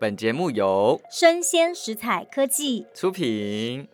本节目由生鲜食材科技，出品，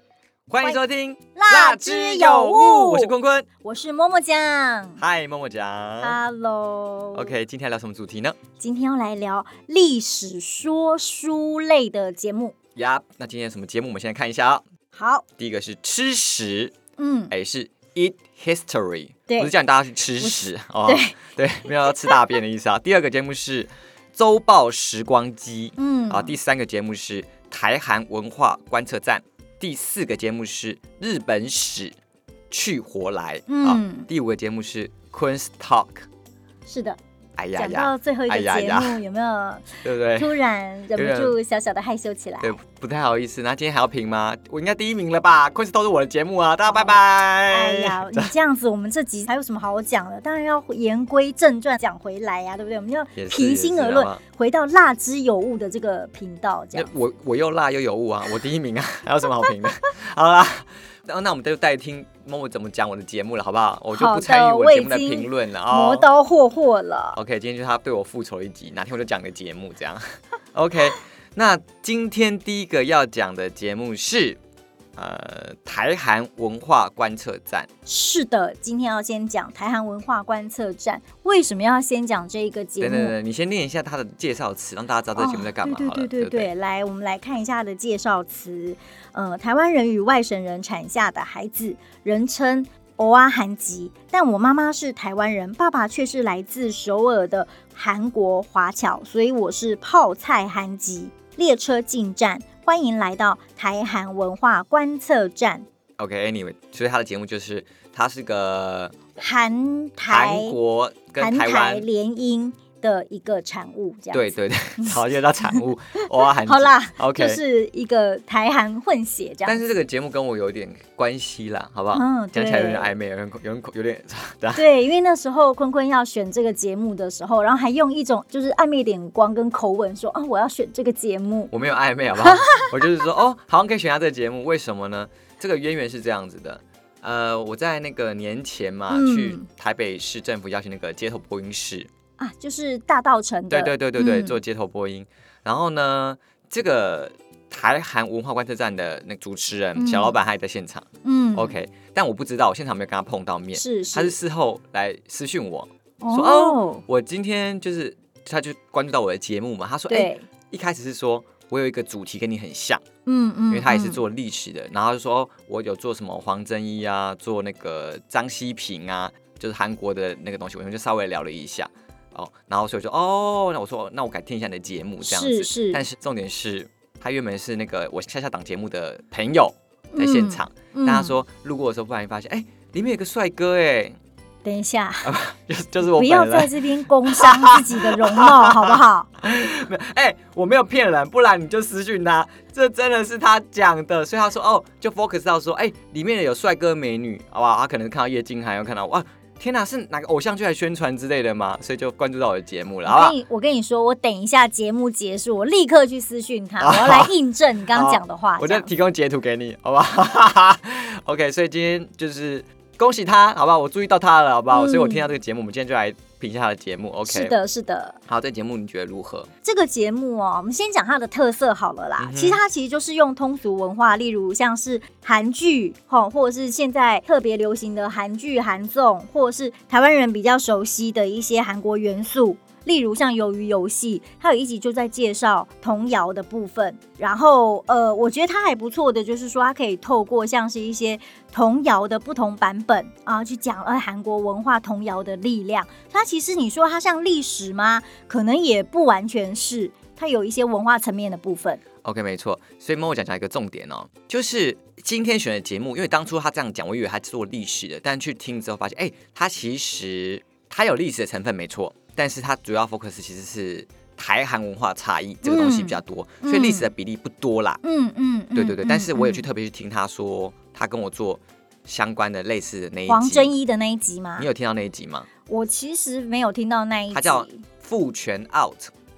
欢迎收听《辣之有物我是坤坤。我是默默酱。嗨，默默讲。 Hello。 OK，今天要聊什么主题呢？今天要来聊历史说书类的节目。呀、那今天有什么节目？我们先来看一下啊、好，第一个是吃食，嗯，哎，是 eat history，对不是叫你大家去吃屎哦对，对，没有要吃大便的意 思啊。第二个节目是周报时光机，嗯，啊，第三个节目是台韩文化观测站，第四个节目是日本史去活来，啊嗯，第五个节目是 Queen's Talk，是的，哎呀讲呀，到最后一个哎呀节呀目，有没有对不对？突然忍不住小小的害羞起来？对，不太好意思，那今天还要评吗？我应该第一名了吧？Queen's Talk 是我的节目啊，大家拜拜。哎哎呀，你这样子，我们这集还有什么好讲的？当然要言归正传，讲回来呀、对不对？我们要也是平心而也是啊论好吗，回到辣之有物的这个频道，这那样我我又辣又有物啊，我第一名啊， 还有什么好评的？好啦，那那我们就代听默默怎么讲我的节目了，好不好？我就好不的参与我我节已目的经评论了哦。磨刀霍霍了。 OK，今天就是他对我复仇一集，哪天我就讲个节目这样。OK，那今天第一个要讲的节目是呃台韩文化观测站。是的，今天要先讲台韩文化观测站。为什么要先讲这一个节等目？等等，你先念一下它的介绍词，让大家知道这个节目在干嘛哦好了。对对对对不对对对，来，我们来看一下它的介绍词。呃，台湾人与外省人产下的孩子，人称“欧阿韩籍”，但我妈妈是台湾人，爸爸却是来自首尔的韩国华侨，所以我是泡菜韩籍。列车进站，欢迎来到台韩文化观测站。 OK，Anyway，、所以他的节目就是它是个韩台韩国跟韩台台湾。联姻的一个产物，这样对子 对对，好，又到产物，哇，韩好啦，OK，就是一个台韩混血这样但子。是这个节目跟我有点关系啦，好不好？嗯讲起来有点对暧昧，有点有点有点，对啊对，因为那时候坤坤要选这个节目的时候，然后还用一种就是暧昧的眼光跟口吻说啊，我要选这个节目。我没有暧昧，好不 好？我就是说，哦，好像可以选下这个节目，为什么呢？这个渊源是这样子的，呃，我在那个年前嘛，嗯去台北市政府邀请那个街头播音室，啊，就是大道城的，对对对对对，嗯做街头播音。然后呢，这个台韩文化观测站的那个主持人、嗯小老板他也在现场、嗯 o k 但我不知道，我现场没有跟他碰到面，是他是是事后来私讯我，说哦，我今天就是他就关注到我的节目嘛，他说，哎、对，一开始是说我有一个主题跟你很像。嗯嗯，因为他也是嗯做历史的，然后他就说、哦我有做什么黄真一啊，做那个张希平啊，就是韩国的那个东西，我们就稍微聊了一下哦，然后所以我就哦，那我说那我改听一下你的节目这样子，是是但是重点是他原本是那个我下下档节目的朋友在现场，嗯但他说路过的时候不小心发现，哎、里面有个帅哥哎， 等一下，就是就是我不要本在人，这边工伤自己的容貌，好不好？没有 哎、我没有骗人，不然你就私讯他，这真的是他讲的，所以他说哦，就 focus 到说，哎、里面有帅哥美女，好不好？他可能看到叶金涵，又看到哇，天哪，是哪个偶像剧来宣传之类的吗？所以就关注到我的节目了，好不我好跟？你我跟你说，我等一下节目结束，我立刻去私 讯他，我要来印证你刚刚讲的话。我啊这就样提供截图给你，好不好 ？OK，所以今天就是恭喜他，好不好？我注意到他了，好不好？嗯所以我听到这个节目，我们今天就来评一下他的节目。是 OK，的，是的。好，这节目你觉得如何？这个节目哦，我们先讲它的特色好了啦。嗯哼其实它其实就是用通俗文化，例如像是韩剧，吼，或者是现在特别流行的韩剧、韩综，或者是台湾人比较熟悉的一些韩国元素。例如像《鱿鱼游戏》，它有一集就在介绍童谣的部分。然后，呃，我觉得它还不错的，就是说它可以透过像是一些童谣的不同版本啊，去讲呃韩国文化童谣的力量。它其实你说它像历史吗？可能也不完全是，它有一些文化层面的部分。 OK，没错。所以猫我讲讲一个重点哦，就是今天选的节目，因为当初他这样讲，我以为他是做历史的，但去听之后发现，哎、他其实他有历史的成分没错，但是他主要 focus 其实是台韩文化差异这个东西比较多，嗯所以历史的比例不多啦。嗯嗯，嗯对对对，嗯但是我也去嗯特别去听他说，他跟我做相关的类似的那一集。黄真一的那一集嘛你，有听到那一集吗？我其实没有听到那一集。他叫父权 out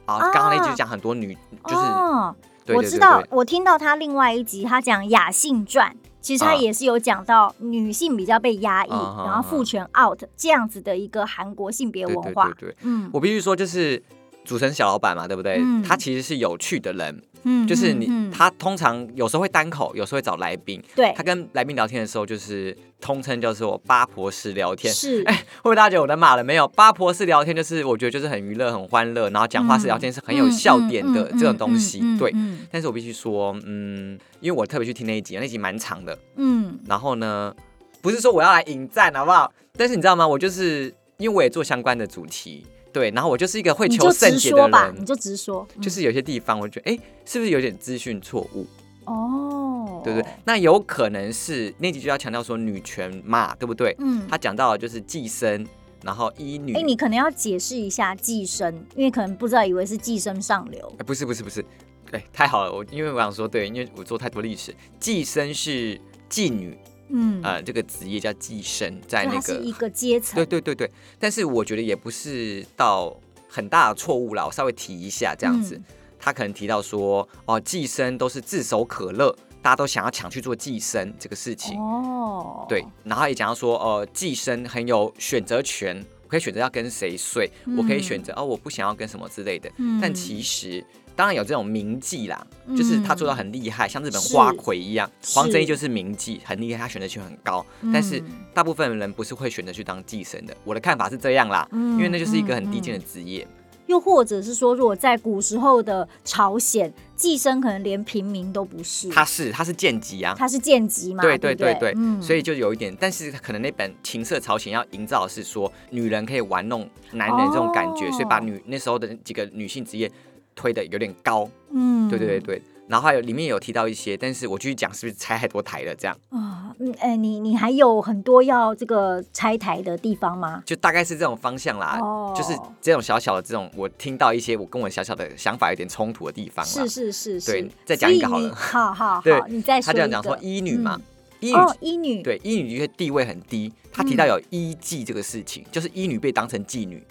啊，啊刚刚那集就讲很多女，就是、哦，对对对对我知道，我听到他另外一集，他讲雅性传。其实啊他也是有讲到女性比较被压抑，啊啊啊然后父权 out 这样子的一个韩国性别对文对化。对对。嗯，我必须说，就是组成小老板嘛，对不对？嗯他其实是有趣的人，嗯就是你、嗯嗯他通常有时候会单口，有时候会找来宾。对他跟来宾聊天的时候，就是通称叫做八婆式聊天。是会不会大家觉得我在骂人？没有，八婆式聊天就是我觉得就是很娱乐、很欢乐，然后讲话式聊天是很有笑点的这种东西。对，嗯但是我必须说，嗯，因为我特别去听那一集，那集蛮长的。嗯然后呢，不是说我要来引战，好不好？但是你知道吗？我就是因为我也做相关的主题，对，然后我就是一个会你求就甚直解说的吧，你人，就直说，嗯就是有些地方我觉得，哎，是不是有点资讯错误，哦，对不对？那有可能是那集就要强调说女权嘛，对不对？嗯，他讲到的就是寄生，然后医女哎、，你可能要解释一下寄生，因为可能不知道，以为是寄生上流。哎，不是不是不是，哎，太好了，我因为我想说，对，因为我做太多历史，寄生是妓女，嗯，呃，这个职业叫寄生，在就那它个是一个阶层。对对对对，但是我觉得也不是到很大的错误啦，我稍微提一下这样子。嗯他可能提到说，哦，寄生都是炙手可热，大家都想要抢去做寄生这个事情。哦，对，然后也讲到说，呃，寄生很有选择权，我可以选择要跟谁睡，我可以选择哦，我不想要跟什么之类的。嗯但其实。当然有这种名妓啦，就是他做到很厉害，像日本是花魁一样，黄真一是就是名妓，很厉害，他选择权很高。但是嗯大部分人不是会选择去当寄生的。我的看法是这样啦，嗯因为那就是一个很低贱的职业。又或者是说，如果在古时候的朝鲜，寄生可能连平民都不是，他是他是贱籍啊，他是贱籍嘛？对对对不对对对，嗯所以就有一点，但是可能那本《情色朝鲜》要营造的是说女人可以玩弄男人这种感觉，哦所以把女那时候的几个女性职业推的有点高。嗯，对对对对。然后还有里面有提到一些，但是我继续讲是不是拆太多台了？这样啊，嗯，哎、你你还有很多要这个拆台的地方吗？就大概是这种方向啦，哦就是这种小小的这种，我听到一些我跟我小小的想法有点冲突的地方啦。是是是是，对再讲一个所以好你了好好对好，你再他说这样一讲说个。嗯医女嘛，医女哦，嗯医女，对，医女的确地位很低。他提到有医妓这个事情，就是医女被当成妓女，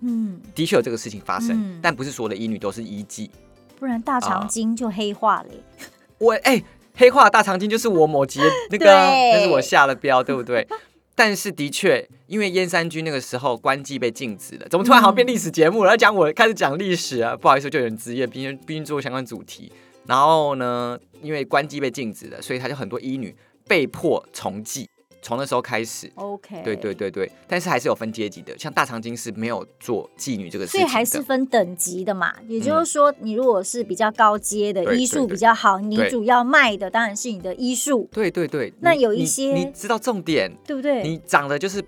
嗯，的确有这个事情发生，嗯但不是所有的医女都是医妓。不然大啊肠经就黑化了耶。我哎、黑化的大长今就是我某 集的那个啊，对那是我下了标，对不对？但是的确，因为燕山居那个时候官妓被禁止了，怎么突然好像嗯变历史节目了？要讲我开始讲历史啊，不好意思，就有人职业，毕竟毕竟做相关主题。然后呢，因为官妓被禁止了，所以他就很多医女被迫从妓，从那时候开始。 OK，对对，对对，但是还是有分阶级的，像大长今是没有做妓女这个事所情以的，还是分等级的嘛。也就是说，你如果是比较高阶的对医术对比较好，你对主要卖的当然是你的医术，对对对。那你有一你些你知道重点，对不对？你长得就是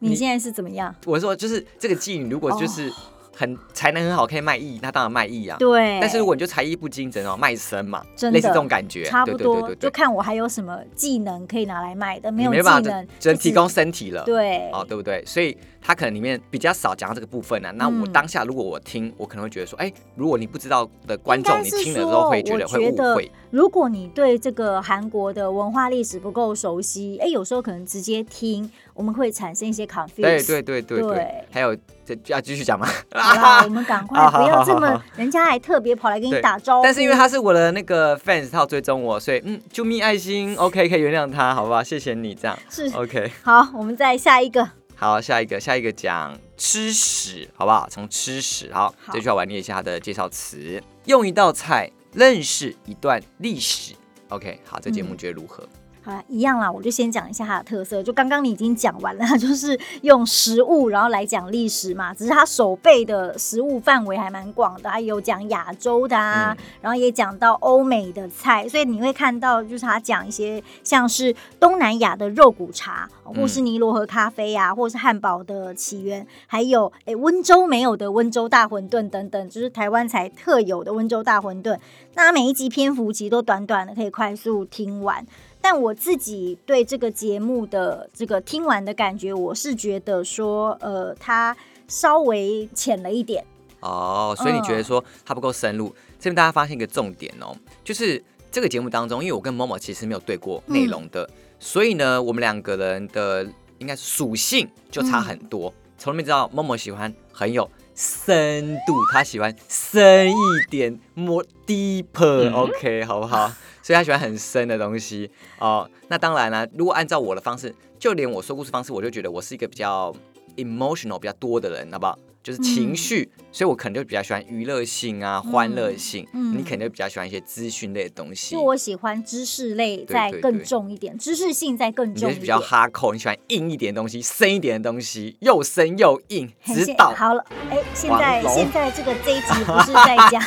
你你啊现在是怎么样？我说就是这个妓女，如果就是很、才能很好，可以卖艺，那当然卖艺啊。哦对，但是如果你就才艺不精准哦，卖身嘛，真的类似这种感觉，差不多对对对就对对，看我还有什么技能可以拿来卖的，没你有没技办法能只，只能就只提供身体了。对，哦，对不对？所以他可能里面比较少讲到这个部分呢、那我嗯当下如果我听，我可能会觉得说，哎，如果你不知道的观众，应你该是听了之说后会觉得我会觉误得会。如果你对这个韩国的文化历史不够熟悉，哎，有时候可能直接听，我们会产生一些 confuse。对对对对对哦对，还有这要继续讲吗？ 好啦，我们赶快啊 不好好要这好么好，人家还特别跑来跟你对打招呼。但是因为他是我的那个 fans，他有追踪我，所以嗯，救命爱心，OK，可以原谅他，好不好？谢谢你这 样是，OK。好，我们再下一个。好，下一个，下一个讲吃屎，好不好？从吃屎，好，好这句话我来念一下它的介绍词：用一道菜认识一段历史。OK，好，这节目觉得如何？好啦，一样啦，我就先讲一下它的特色。就刚刚你已经讲完了，就是用食物然后来讲历史嘛。只是它手背的食物范围还蛮广的，它有讲亚洲的啊，然后也讲到欧美的菜，所以你会看到就是它讲一些像是东南亚的肉骨茶，或是尼罗河咖啡啊，或是汉堡的起源，还有诶温州没有的温州大馄饨等等，就是台湾才特有的温州大馄饨。那每一集篇幅其实都短短的，可以快速听完。但我自己对这个节目的这个听完的感觉，我是觉得说，呃，它稍微浅了一点，哦，所以你觉得说它不够深入？这边大家发现一个重点哦，就是这个节目当中，因为我跟某某其实没有对过内容的，所以呢，我们两个人的应该是属性就差很多。从里面知道某某喜欢很有深度，他喜欢深一点，摸 deeper，OK，、好不好？所以他喜欢很深的东西哦。那当然啦、如果按照我的方式，就连我说故事方式，我就觉得我是一个比较 emotional 比较多的人，好不好？就是情绪，所以我可能就比较喜欢娱乐性啊、欢乐性，嗯你可能就比较喜欢一些资讯类的东西就。我喜欢知识类对再对更对重一点，知识性再更你就重一是点。比较哈扣，你喜欢硬一点的东西，深一点的东西，又深又硬，很直现到好了，哎，现在黄龙现在这个这一集不是在 讲，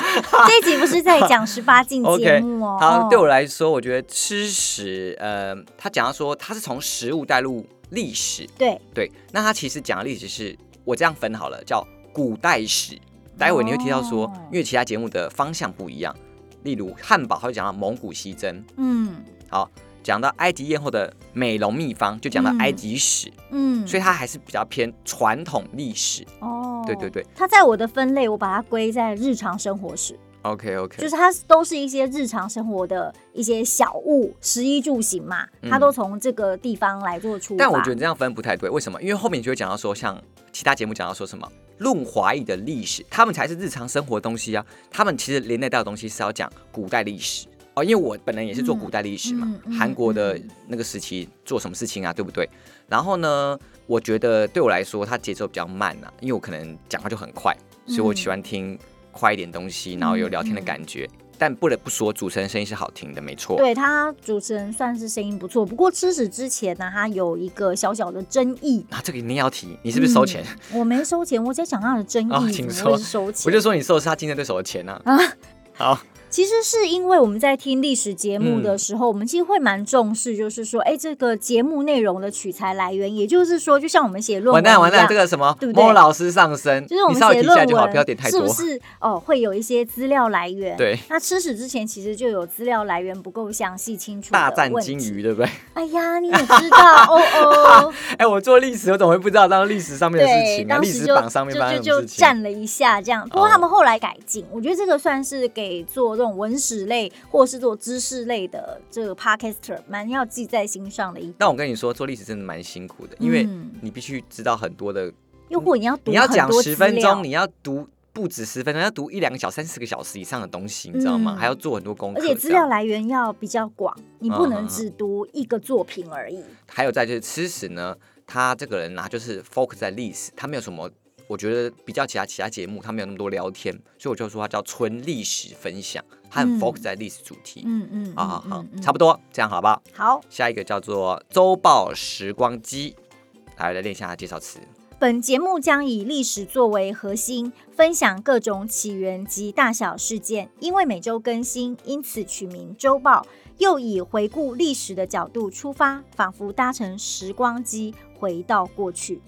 这一集不是在讲十八禁节 OK，目哦。好，对哦我来说，我觉得吃史，呃，他讲到说他是从食物带入历史，对，对，那他其实讲的历史是我这样分好了，叫古代史。待会你会提到说，哦因为其他节目的方向不一样，例如汉堡，他会讲到蒙古西征，嗯好，讲到埃及艳后的美容秘方，就讲到嗯埃及史，嗯，所以它还是比较偏传统历史。哦，对对对它在我的分类，我把它归在日常生活史， OK 就 OK，是它都是一些日常生活的一些小物，食衣住行嘛，它嗯都从这个地方来做出发。但我觉得你这样分不太对，为什么？因为后面你就会讲到说，像其他节目讲到说什么。论华裔的历史，他们才是日常生活的东西啊。他们其实连带到的东西是要讲古代历史哦，因为我本人也是做嗯古代历史嘛嗯，嗯韩、国的嗯那个时期做什么事情啊，对不对？然后呢，我觉得对我来说，它节奏比较慢啊，因为我可能讲话就很快，所以我嗯喜欢听快一点东西，然后有聊天的嗯嗯感觉。但不得不说，主持人声音是好听的，没错。对他主持人算是声音不错，不过吃屎之前呢，他有一个小小的争议。啊，这个一定要提，你是不是收嗯钱？我没收钱，我在讲他的争议，哦怎请么说会是收钱？我就说你收的是他竞争对手的钱啊。啊好，其实是因为我们在听历史节目的时候，我们其实会蛮重视，就是说，哎，这个节目内容的取材来源，也就是说，就像我们写论文完一样，蛋完蛋，这个什么对不对莫老师上身，就是我你们稍微写提一下论就好，不要啊点文太是多不。是哦会有一些资料来源？。对，那吃屎之前其实就有资料来源不够详细清楚的大战问金题。鱼，对不 对？哎呀，你也知道 哦哦，哎，我做历史，我怎么会不知道当历史上面的事对，情啊？当历时史就榜上面发就生就什么就事情？哦站了一下这样。不过他们后来改进，我觉得这个算是给做这种文史类或者是做知识类的这个 podcaster 蛮要记在心上的一，但我跟你说，做历史真的蛮辛苦的，因为嗯你必须知道很多的，又或你要读你要很讲多十资分料钟，你要读不止十分钟，要读一两个小时、三四个小时以上的东西，你知道吗？嗯还要做很多功课而这样，且资料来源要比较广，你嗯不嗯能嗯只读一个作品而已。还有再就是吃屎呢，他这个人呢、就是 focus 在历史，他没有什么，我觉得比较其他其他节目，他没有那么多聊天，所以我就说他叫纯历史分享，他很嗯 focus 在历史主题。嗯嗯，好好好嗯，嗯差不多这样好不好？好。下一个叫做周报时光机，来来练一下它介绍词。本节目将以历史作为核心，分享各种起源及大小事件。因为每周更新，因此取名周报。又以回顾历史的角度出发，仿佛搭乘时光机回到过去。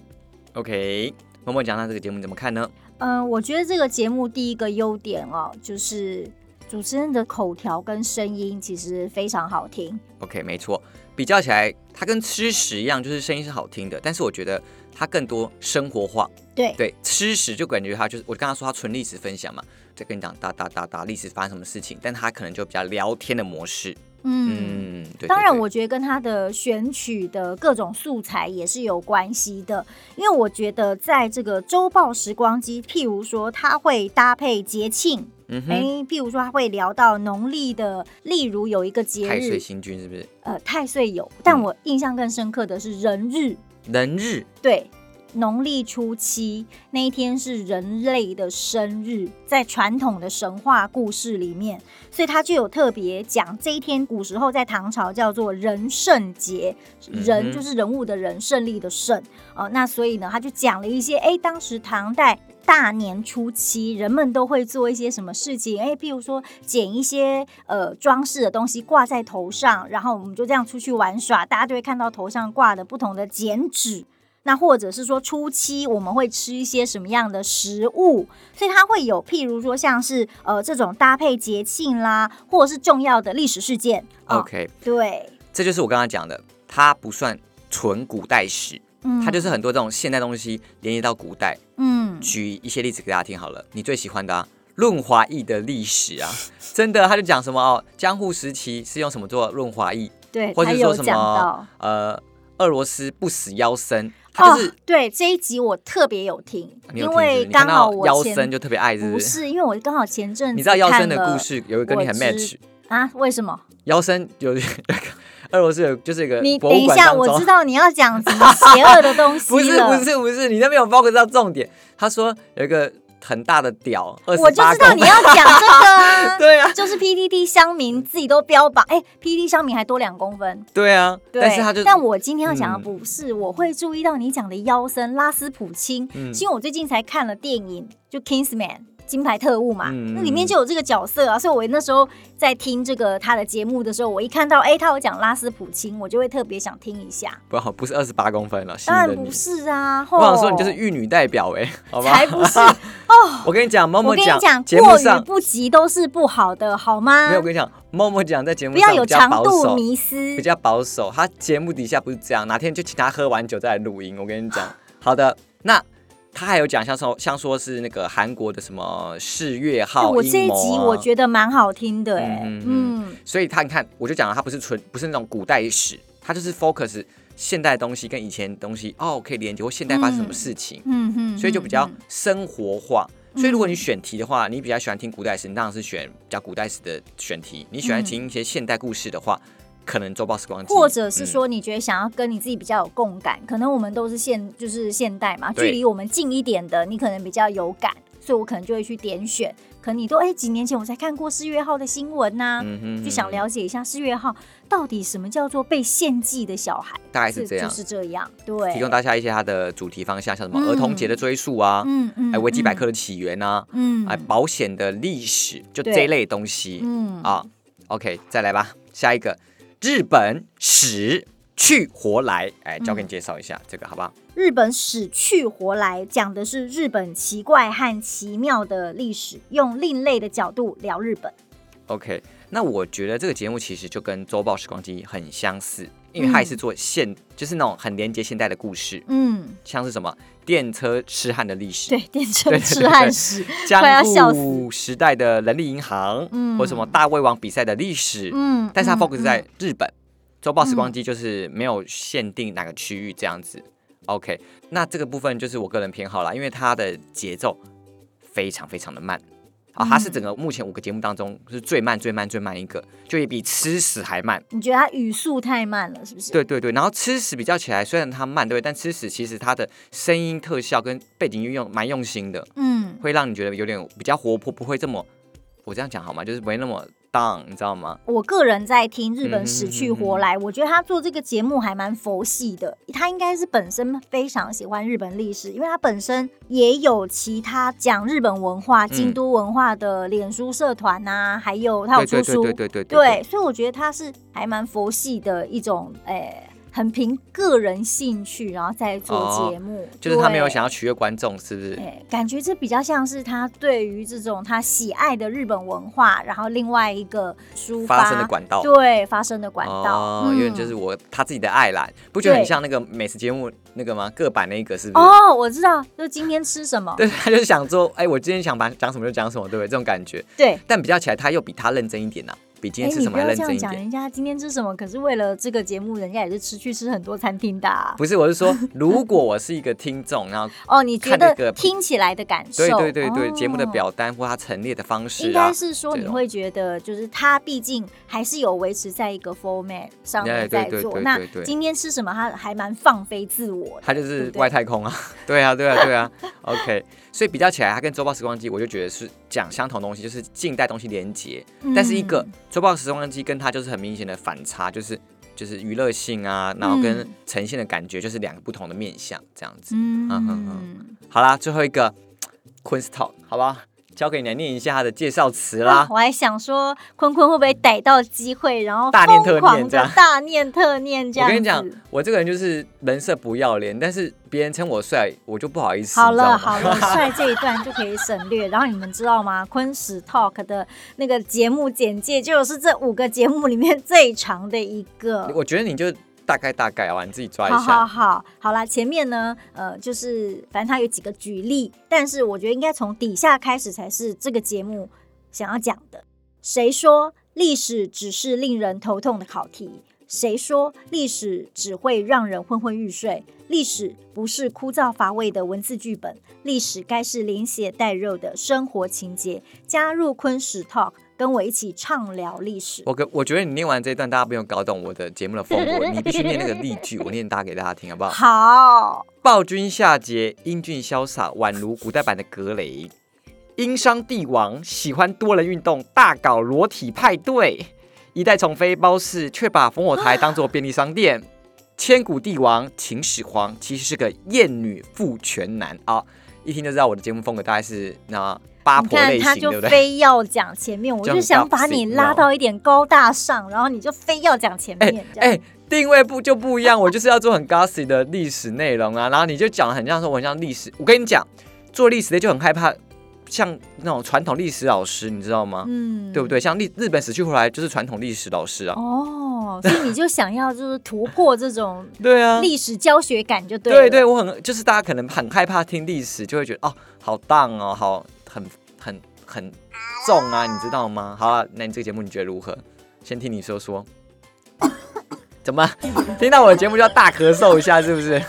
OK，默默讲到这个节目你怎么看呢？嗯，我觉得这个节目第一个优点哦，就是主持人的口条跟声音其实非常好听。 OK，没错，比较起来，它跟吃屎一样，就是声音是好听的，但是我觉得它更多生活化。对，对，吃屎就感觉它就是我刚刚说它纯历史分享嘛，在跟你讲哒哒哒哒历史发生什么事情，但它可能就比较聊天的模式。嗯。嗯，对对当然，对我觉得跟他的选取的各种素材也是有关系的，因为我觉得在这个周报时光机，譬如说它会搭配节庆，嗯哎、哼，譬如说它会聊到农历的，例如有一个节太岁日，星君是不是？呃，太岁有，但嗯我印象更深刻的是人日，人日对。农历初七那一天是人类的生日，在传统的神话故事里面，所以他就有特别讲这一天，古时候在唐朝叫做人圣节，嗯哼人就是人物的人，胜利的胜哦。那所以呢，他就讲了一些，哎，当时唐代大年初七，人们都会做一些什么事情？哎，譬如说捡一些呃装饰的东西挂在头上，然后我们就这样出去玩耍，大家就会看到头上挂的不同的剪纸。那或者是说初期我们会吃一些什么样的食物，所以它会有譬如说像是呃这种搭配节庆啦，或者是重要的历史事件。哦 OK，对，这就是我刚刚讲的，它不算纯古代史，嗯，它就是很多这种现代东西连接到古代。嗯，举一些例子给大家听好了，你最喜欢的、啊。润滑液的历史啊，真的，他就讲什么哦，江户时期是用什么做润滑液，对，或他是有说什讲到么。呃，俄罗斯不死妖僧，他就是、哦、对这一集我特别有听，你有听是因不是为你看刚到好我妖前僧就特别爱，是不不是？是，因为我刚好前阵子你知道妖僧的看了故事有一个跟你很我知 match，啊？为什么？妖僧有那个 俄罗斯有就是一个你博等物一馆下，当我中知道你要讲什么邪恶的东西 不是了。不是不是，你那边有 focus 到重点。他说有一个很大的屌，二十我就八知道公你分。要讲这个啊。对啊，就是 PDD 乡民自己都标榜，哎、p d 乡民还多两公分。对啊，对，但是他就但我今天要讲的嗯不是，我会注意到你讲的妖僧拉斯普钦，嗯是因为我最近才看了电影，就《Kingsman》金牌特务嘛，嗯那里面就有这个角色啊，所以我那时候在听这个他的节目的时候，我一看到哎、他有讲拉斯普钦，我就会特别想听一下。不好，不是二十八公分了，新当的然你不。是啊，我我想说你就是玉女代表哎、好吧？才不是哦。 我跟你讲，默我默跟你讲，节目过于上不及都是不好的，好吗？没有，我跟你讲，默默讲在节目不要上有比较长保度守，迷思比。较保守。他节目底下不是这样，哪天就请他喝完酒再来录音。我跟你 讲，好的，那。他还有讲像说像说是那个韩国的什么世越哎号我阴这一谋集啊我觉得蛮好听的、哎，嗯嗯嗯，所以他你看，我就讲了，他不是纯不是那种古代史，他就是 focus 现代的东西跟以前的东西哦，可以连接或现代发生什么事情，嗯哼，所以就比较生活化。所以如果你嗯选题的话，你比较喜欢听古代史，你当然是选比较古代史的选题；你喜欢听一些现代故事的话，可能周报时光机，嗯或者是嗯说你觉得想要跟你自己比较有共感，可能我们都是现就是现代嘛，对距离我们近一点的，你可能比较有感，所以我可能就会去点选。可能你都哎、几年前我才看过四月号的新闻呐、嗯哼就想了解一下四月号到底什么叫做被献祭的小孩，大概是这样就是这样，对，提供大家一些它的主题方向，像什么嗯儿童节的追溯啊，嗯嗯哎，维基百科，的起源啊，嗯哎，保险的历史，就对这类东西，嗯啊、o k 再来吧，下一个日本史去活来，哎，交嗯给你介绍一下、这个好不好？日本史去活来讲的是日本奇怪和奇妙的历史，用另类的角度聊日本。 OK，那我觉得这个节目其实就跟《周报时光机》很相似，因为它也是做现，就是那种很连接现代的故事，嗯，像是什么电车痴汉的历史，对，电车痴汉史，快要江笑户时代的人力银行，嗯或什么大胃王比赛的历史，嗯，但是它嗯 focus 在嗯日本。周报时光机就是没有限定哪个区域这样子。OK，那这个部分就是我个人偏好啦，因为它的节奏非常非常的慢啊，嗯它是整个目前五个节目当中是最慢、最慢、最慢一个，就也比吃屎还慢。你觉得他语速太慢了，是不是？，对对对，然后吃屎比较起来，虽然它慢，对不对，但吃屎其实它的声音特效跟背景运用蛮用心的，嗯，会让你觉得有点比较活泼，不会这么我这样讲好吗？就是不会那么 down，你知道吗？我个人在听日本死去嗯嗯嗯嗯活来，我觉得他做这个节目还蛮佛系的。他应该是本身非常喜欢日本历史，因为他本身也有其他讲日本文嗯化、京都文化的脸书社团呐、还有他有对出对对书，对对对对，所以我觉得他是还蛮佛系的一种，诶、很凭个人兴趣，然后再做节目、哦就是他没有对想要取悦观众，是不是？哎，感觉这比较像是他对于这种他喜爱的日本文化，然后另外一个抒发发生的管道。对发生的管道，哦，嗯有点就是我他自己的爱啦，不觉得很像那个美食节目那个吗？各版那一个是不是？哦，我知道，就今天吃什么，对，他就是想说，哎、我今天想把讲什么就讲什么，对不对？这种感觉，对。但比较起来，他又比他认真一点呐、比今哎天，吃你什么还不要认这真样一讲，点。人家今天吃什么，可是为了这个节目，人家也是吃去吃很多餐厅的啊、不是，我是 说，如果我是一个听众，然后哦，你觉看那得个听起来的感受？对对对对，哦节目的表单或他陈列的方应式啊该，是说这你种会觉得，就是它毕竟还是有维持在一个 format 上面哎在对做。对对那对对今天吃什么，它还蛮放飞自我的。他就是对外太空啊， 对啊对啊对啊，OK。所以比较起来，他跟《周报时光机》，我就觉得是讲相同东西，就是近代东西连接。但是一个嗯周报时光机跟它就是很明显的反差，就是就是娱乐性啊，然后跟嗯呈现的感觉就是两个不同的面向这样子。嗯嗯嗯好啦，最后一个 Queen's Talk，好不好？交给你来念一下它的介绍词啊啦。我还想说，坤坤会不会逮到机会，然后大念特念疯狂地这样大念特念这我样子？跟你讲，我这个人就是人设不要脸，但是别人称我帅，我就不好意思。你好知道了吗好了，帅这一段就可以省略。然后你们知道吗？昆史 Talk 的那个节目简介就是这五个节目里面最长的一个。我觉得你就大概大概啊，你自己抓一好下。好好，好啦，前面呢，呃，就是反正它有几个举例，但是我觉得应该从底下开始才是这个节目想要讲的。谁说历史只是令人头痛的考题？谁说历史只会让人昏昏欲睡？历史不是枯燥乏味的文字剧本，历史该是连血带肉的生活情节。加入昆史 Talk，跟我一起畅聊历史。我跟我觉得你念完这一段，大家不用搞懂我的节目的风格，你必须念那个例句，我念大家给大家听，好不好？好，暴君夏桀，英俊潇洒，宛如古代版的格雷；殷商帝王喜欢多人运动，大搞裸体派对；一代宠妃褒姒却把烽火台当做便利商店；千古帝王秦始皇其实是个厌女负全男啊、一听就知道我的节目风格大概是那八你婆看类他型，就对不对？非要讲前面，我就就很想把你 toxic，你拉知道到一点高大上，然后你就非要讲前面。这样哎、定位不就不一样，我就是要做很 gossip 的历史内容啊，然后你就讲得很像说我很像历史，我跟你讲，做历史的就很害怕，像那种传统历史老师，你知道吗？嗯对不？对？像历日本死去活来就是传统历史老师啊，哦，所以你就想要就是突破这种对啊，历史教学感就对了。对对，我很就是大家可能很害怕听历史，就会觉得哦，好荡哦，好很很很重啊，你知道吗？好啊，那你这个节目你觉得如何？先听你说 说，怎么听到我的节目就要大咳嗽一下，是不是？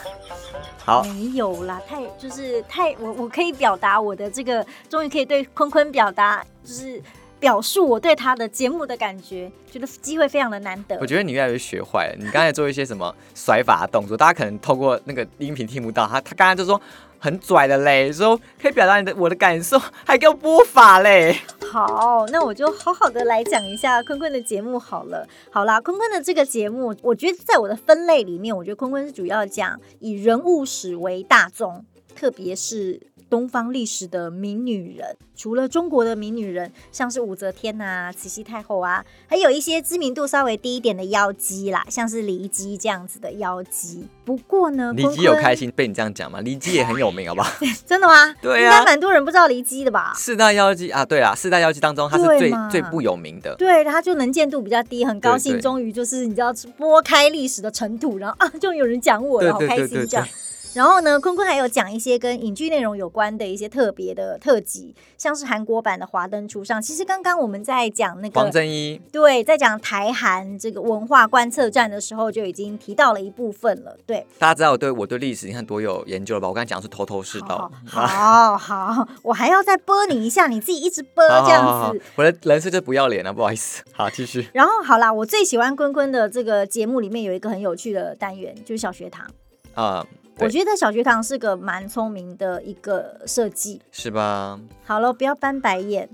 好，没有啦，太就是太我我可以表达我的这个，终于可以对坤坤表达，就是表述我对他的节目的感觉，觉得机会非常的难得我。觉得你越来越学坏了。你刚才做一些什么甩法的动作，大家可能透过那个音频听不到。他他刚才就说很拽的嘞，说可以表达你的我的感受，还给我播法嘞。好，那我就好好的来讲一下坤坤的节目好了。好啦，坤坤的这个节目，我觉得在我的分类里面，我觉得坤坤是主要讲以人物史为大宗，特别是东方历史的名女人。除了中国的名女人，像是武则天啊、慈禧太后啊，还有一些知名度稍微低一点的妖姬啦，像是骊姬这样子的妖姬。呃不过呢，李坤基有坤开心被你这样讲吗？李基也很有名，好不好？真的吗？对应啊该蛮多人不知道骊姬的吧？四大妖姬啊，对啦，四大妖姬当中他是对最嘛最不有名的。对，他就能见度比较低，很高兴，对对终于就是你知道拨开历史的尘土，然后啊，终于有人讲我对了，好对开对心对这样对。，然后呢，坤坤还有讲一些跟影剧内容有关的一些特别的特辑，像是韩国版的《华灯初上》。其实刚刚我们在讲那黄个正一对，在讲台韩这个文化观测站的时候，就已经提到了一部分了。对，大家知道我对我对历史你看多有研究了吧？我刚才讲的是头头是道好。好好，我还要再播你一下，你自己一直播好好这样子。好好我的人设就不要脸了，不好意思。好，继续。然后好啦，我最喜欢坤坤的这个节目里面有一个很有趣的单元，就是小学堂。啊、对我觉得小学堂是个蛮聪明的一个设计。是吧？好了，不要翻 白眼。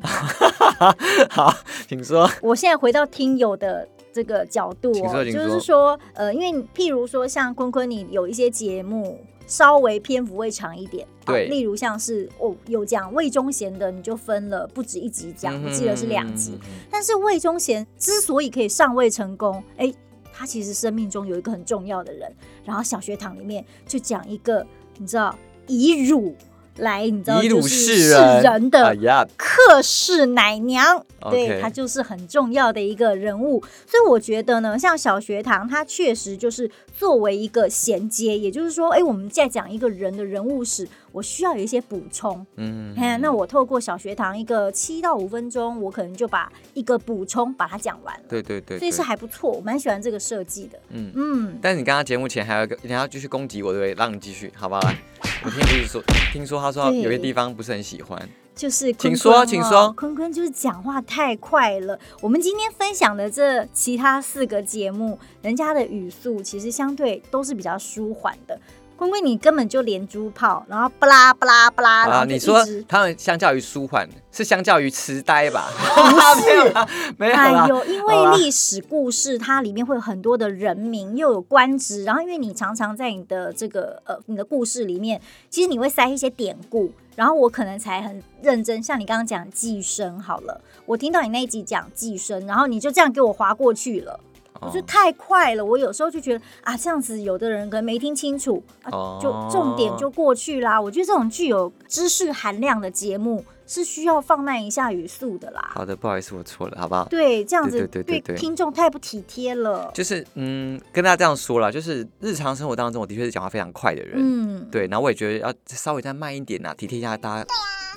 好，请说。我现在回到听友的这个角度请哦，说就请是说说，呃，因为譬如说像坤坤，你有一些节目稍微篇幅会长一点，啊对例如像是哦有讲魏忠贤的，你就分了不止一集讲，我记得是两集嗯。。嗯嗯嗯但是魏忠贤之所以可以上位成功，哎，他其实生命中有一个很重要的人，然后小学堂里面就讲一个，你知道以辱来，你知道以就鲁是士世人人哎的呀，克氏奶娘，对 OK 她就是很重要的一个人物，所以我觉得呢，像小学堂，它确实就是作为一个衔接，也就是说，哎，我们在讲一个人的人物史，我需要有一些补充，嗯哎，那我透过小学堂一个七到五分钟，我可能就把一个补充把它讲完了，对对对，所以是对还不错，我蛮喜欢这个设计的。嗯。嗯，但是你刚刚节目前还有一个，你还要继续攻击我，对不对？让你继续，好不好？来，我听就是说，听说他说他对有些地方不是很喜欢，就是坤坤请说哦请说坤坤就是讲话太快了。我们今天分享的这其他四个节目，人家的语速其实相对都是比较舒缓的。坤坤，你根本就连珠炮，然后巴拉巴拉巴拉，然啊，后就你一说 直他们相较于舒缓，是相较于痴呆 吧？没有啦，没有哎啦。呦，因好为啦历史故事它里面会有很多的人名，又有官职，然后因为你常常在你的这个呃你的故事里面，其实你会塞一些典故，然后我可能才很认真，像你刚刚讲寄生好了，我听到你那一集讲寄生，然后你就这样给我划过去了，我就哦太快了，我有时候就觉得啊这样子，有的人可能没听清楚，啊、哦就重点就过去啦。我觉得这种具有知识含量的节目是需要放慢一下语速的啦。好的，不好意思，我错了，好不好？对，这样子对对对对对听众太不体贴了。就是嗯，跟大家这样说了，就是日常生活当中，我的确是讲话非常快的人，嗯，对，然后我也觉得要稍微再慢一点呐、啊体贴一下大家，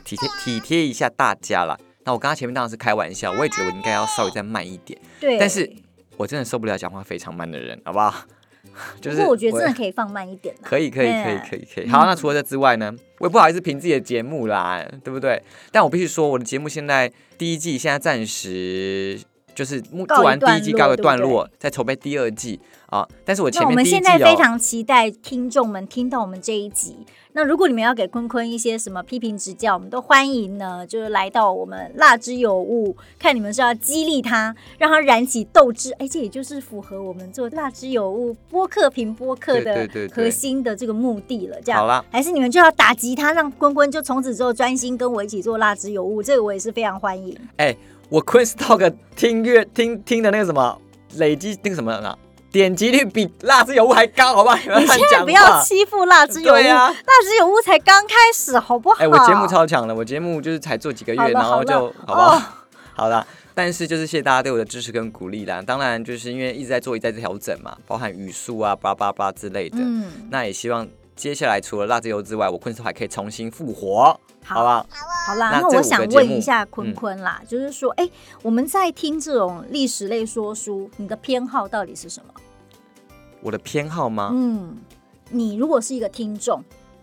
体贴嗯体贴一下大家啦。那我刚刚前面当然是开玩笑，我也觉得我应该要稍微再慢一点，对。但是我真的受不了讲话非常慢的人，好不好？ 就不是过我觉得真的也可以放慢一点啦。可以可以可以可以可以。好，那嗯除了这之外呢，我也不好意思评自己的节目啦，对不对？但我必须说，我的节目现在第一季现在暂时就是目告一做完第一季段告落个段对不对落，在筹备第二季啊。但是我前那我面们第一现季在非哦，常期待听众们听到我们这一集。那如果你们要给坤坤一些什么批评指教，我们都欢迎呢，就是来到我们蜡之有物，看你们是要激励他，让他燃起斗志。哎，这也就是符合我们做蜡之有物播客评播客对的对对对核心的这个目的了。这好样。啦，还是你们就要打击他，让坤坤就从此之后专心跟我一起做蜡之有物，这个我也是非常欢迎。我 Queen Stock 听乐听听的那个什么累积那个什么啊，点击率比蜡之油屋还高，好不好？你们你乱现在讲不要话。欺负蜡之有物，对呀蜡之有物才刚开始，好不好？ 哎、我节目超强的，我节目就是才做几个月好，了然后就好不好了好？哦好啦，但是就是谢谢大家对我的支持跟鼓励啦。当然，就是因为一直在做，一直在调整嘛，包含语速啊、叭叭叭之类的。嗯，那也希望接下来除了辣子油之外，我昆斯还可以重新复活，好不好好？好啦，那那这我五个想节问目嗯一下坤坤啦，就是说，哎、我们在听这种历史类说书，你的偏好到底是什么？我的偏好吗？嗯，你如果是一个听众，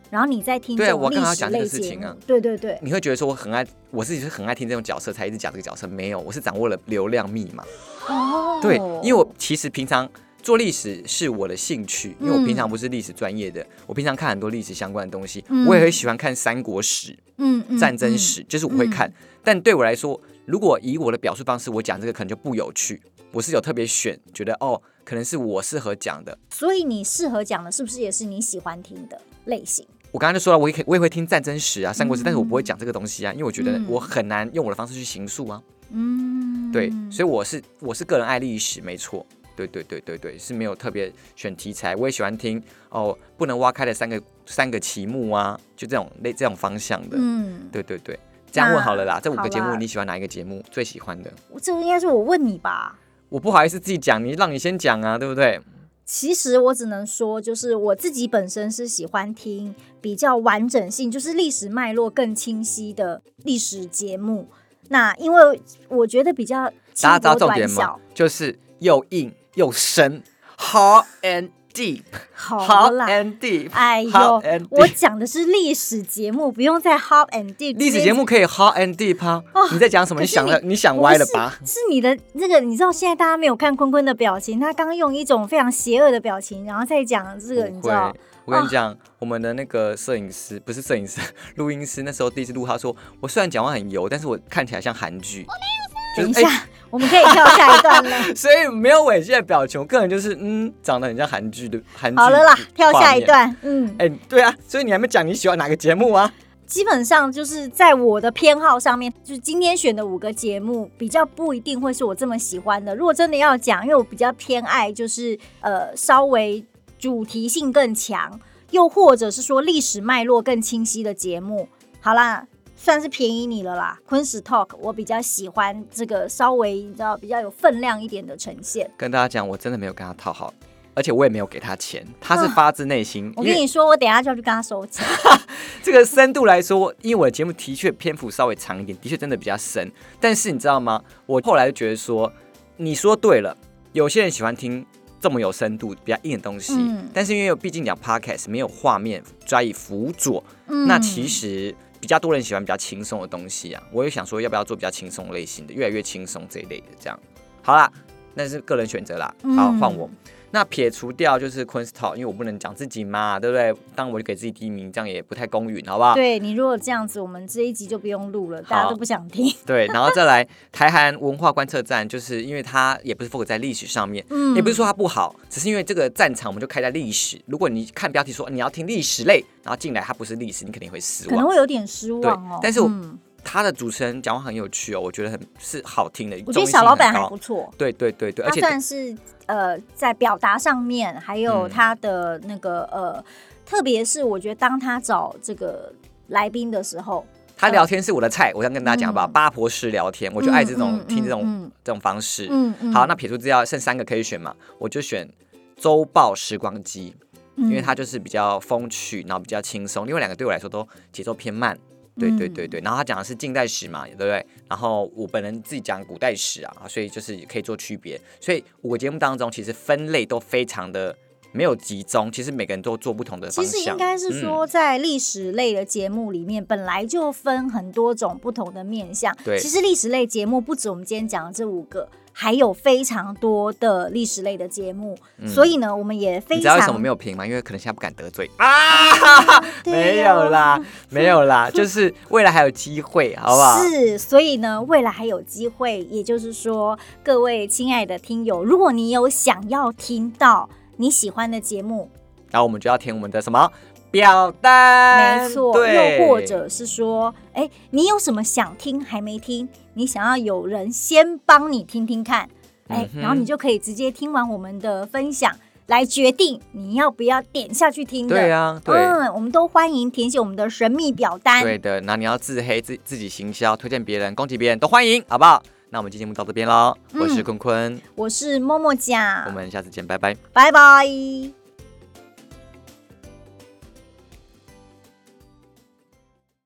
然后你在听对啊这种我历刚刚史讲这类个事节情目，啊对对对，你会觉得说我很爱，我自己是很爱听这种角色，才一直讲这个角色。没有，我是掌握了流量密码。哦，对，因为我其实平常做历史是我的兴趣，嗯因为我平常不是历史专业的，我平常看很多历史相关的东西，嗯我也很喜欢看三国史、嗯嗯战争嗯史，就是我会看。但对我来说，如果以我的表述方式，我讲这个可能就不有趣。我是有特别选，觉得哦，可能是我适合讲的。所以你适合讲的是不是也是你喜欢听的类型？我刚刚就说了，我也可以我也会听战争史啊、三国史，嗯但是我不会讲这个东西啊，因为我觉得嗯我很难用我的方式去形塑啊。嗯，对，所以我是我是个人爱历史，没错。对对对对对，是没有特别选题材，我也喜欢听哦，不能挖开的三个三个题目啊，就这种类这种方向的。嗯，对对对，这样问好了啦。这五好个节啦目你喜欢哪一个节目？最喜欢的？这应该是我问你吧。我不好意思自己讲，你让你先讲啊，对不对？其实我只能说，就是我自己本身是喜欢听比较完整性，就是历史脉络更清晰的历史节目。那因为我觉得比较轻大家知道薄重点短吗小，？就是又硬又深，hard and deep，hard 好啦， and deep。哎呦 hot and，我讲的是历史节目，不用再 hop and deep。历史节目可以 hard and deep 啊哦！你在讲什么？可你是想了，你你想不歪了是吧？是你的这个，你知道现在大家没有看坤坤的表情，他刚刚用一种非常邪恶的表情，然后再讲这个，你不会知道，，哦我跟你讲，我们的那个摄影师不是摄影师，录音师那时候第一次录，他说我虽然讲话很油，但是我看起来像韩剧。哦等一就是下、 我们可以跳下一段了。哎所以没有猥亵的表情，我个人就是嗯，长得很像韩剧的韩剧。好了啦，跳下一。段。嗯，哎、对啊，所以你还没讲你喜欢哪个节目啊？基本上就是在我的偏好上面，就是今天选的五个节目比较不一定会是我这么喜欢的。如果真的要讲，因为我比较偏爱就是呃稍微主题性更强，又或者是说历史脉络更清晰的节目。好啦。算是便宜你了啦，昆史 talk，我比较喜欢这个稍微你知道比较有分量一点的呈现。跟大家讲，我真的没有跟他套好，而且我也没有给他钱，他是发自内心。啊我因跟为你说，我等一下就要去跟他收钱。这个深度来说，因为我的节目的确篇幅稍微长一点，的确真的比较深。但是你知道吗？我后来就觉得说，你说对了，有些人喜欢听这么有深度、比较硬的东西，嗯但是因为毕竟讲 podcast 没有画面加以辅佐，嗯那其实。比较多人喜欢比较轻松的东西啊，我也想说要不要做比较轻松类型的，越来越轻松这一类的这样。好啦，那是个人选择啦。嗯好，换我。那撇除掉就是 q u e e n s t a l k 因为我不能讲自己嘛，对不对？当然我就给自己第一名，这样也不太公允，好不好？对你如果这样子，我们这一集就不用录了，大家啊好都不想听。对，然后再来台韩文化观测站，就是因为它也不是 focus 在历史上面，嗯也不是说它不好，只是因为这个战场我们就开在历史。如果你看标题说你要听历史类，然后进来它不是历史，你肯定会失嗯可能望。会有点失望哦对。但是我嗯他的主持人讲话很有趣哦，我觉得很是好听的，我觉得中性小老板很高还不错，对对对对，他而且算是呃在表达上面，还有嗯他的那个呃，特别是我觉得当他找这个来宾的时候，他聊天是我的菜，我想跟大家讲吧，嗯八婆式聊天，我就爱这种听这种嗯这种方式。嗯嗯嗯好，那撇除资料剩三个可以选嘛，我就选周报时光机，嗯因为它就是比较风趣，然后比较轻松。另外两个对我来说都节奏偏慢。对对对嗯对，然后他讲的是近代史嘛，对不对？然后我本人自己讲古代史啊，所以就是可以做区别。所以五个节目当中，其实分类都非常的没有集中，其实每个人都做不同的方向。其嗯实应该是说，在历史类的节目里面，本来就分很多种不同的面向。对其实历史类节目不止我们今天讲的这五个，还有非常多的历史类的节目。所以呢，我们嗯、也你非知道为什么常没有评吗？因为可能现在不敢得罪啊，对没有啦，没有 啦，就是未来还有机会，好不好？是，所以呢，未来还有机会。也就是说，各位亲爱的听友，如果你有想要听到你喜欢的节目，然后我们就要填我们的什么表单，没错，对，又或者是说，哎，你有什么想听还没听，你想要有人先帮你听听看，哎嗯，哼然后你就可以直接听完我们的分享来决定你要不要点下去听的。对啊，对。嗯，我们都欢迎填写我们的神秘表单。对的，那你要自黑、自自己行销、推荐别人、攻击别人都欢迎，好不好？那我们今天节目到这边喽，我是嗯坤坤，我是默默我酱，们下次见，拜拜。拜拜。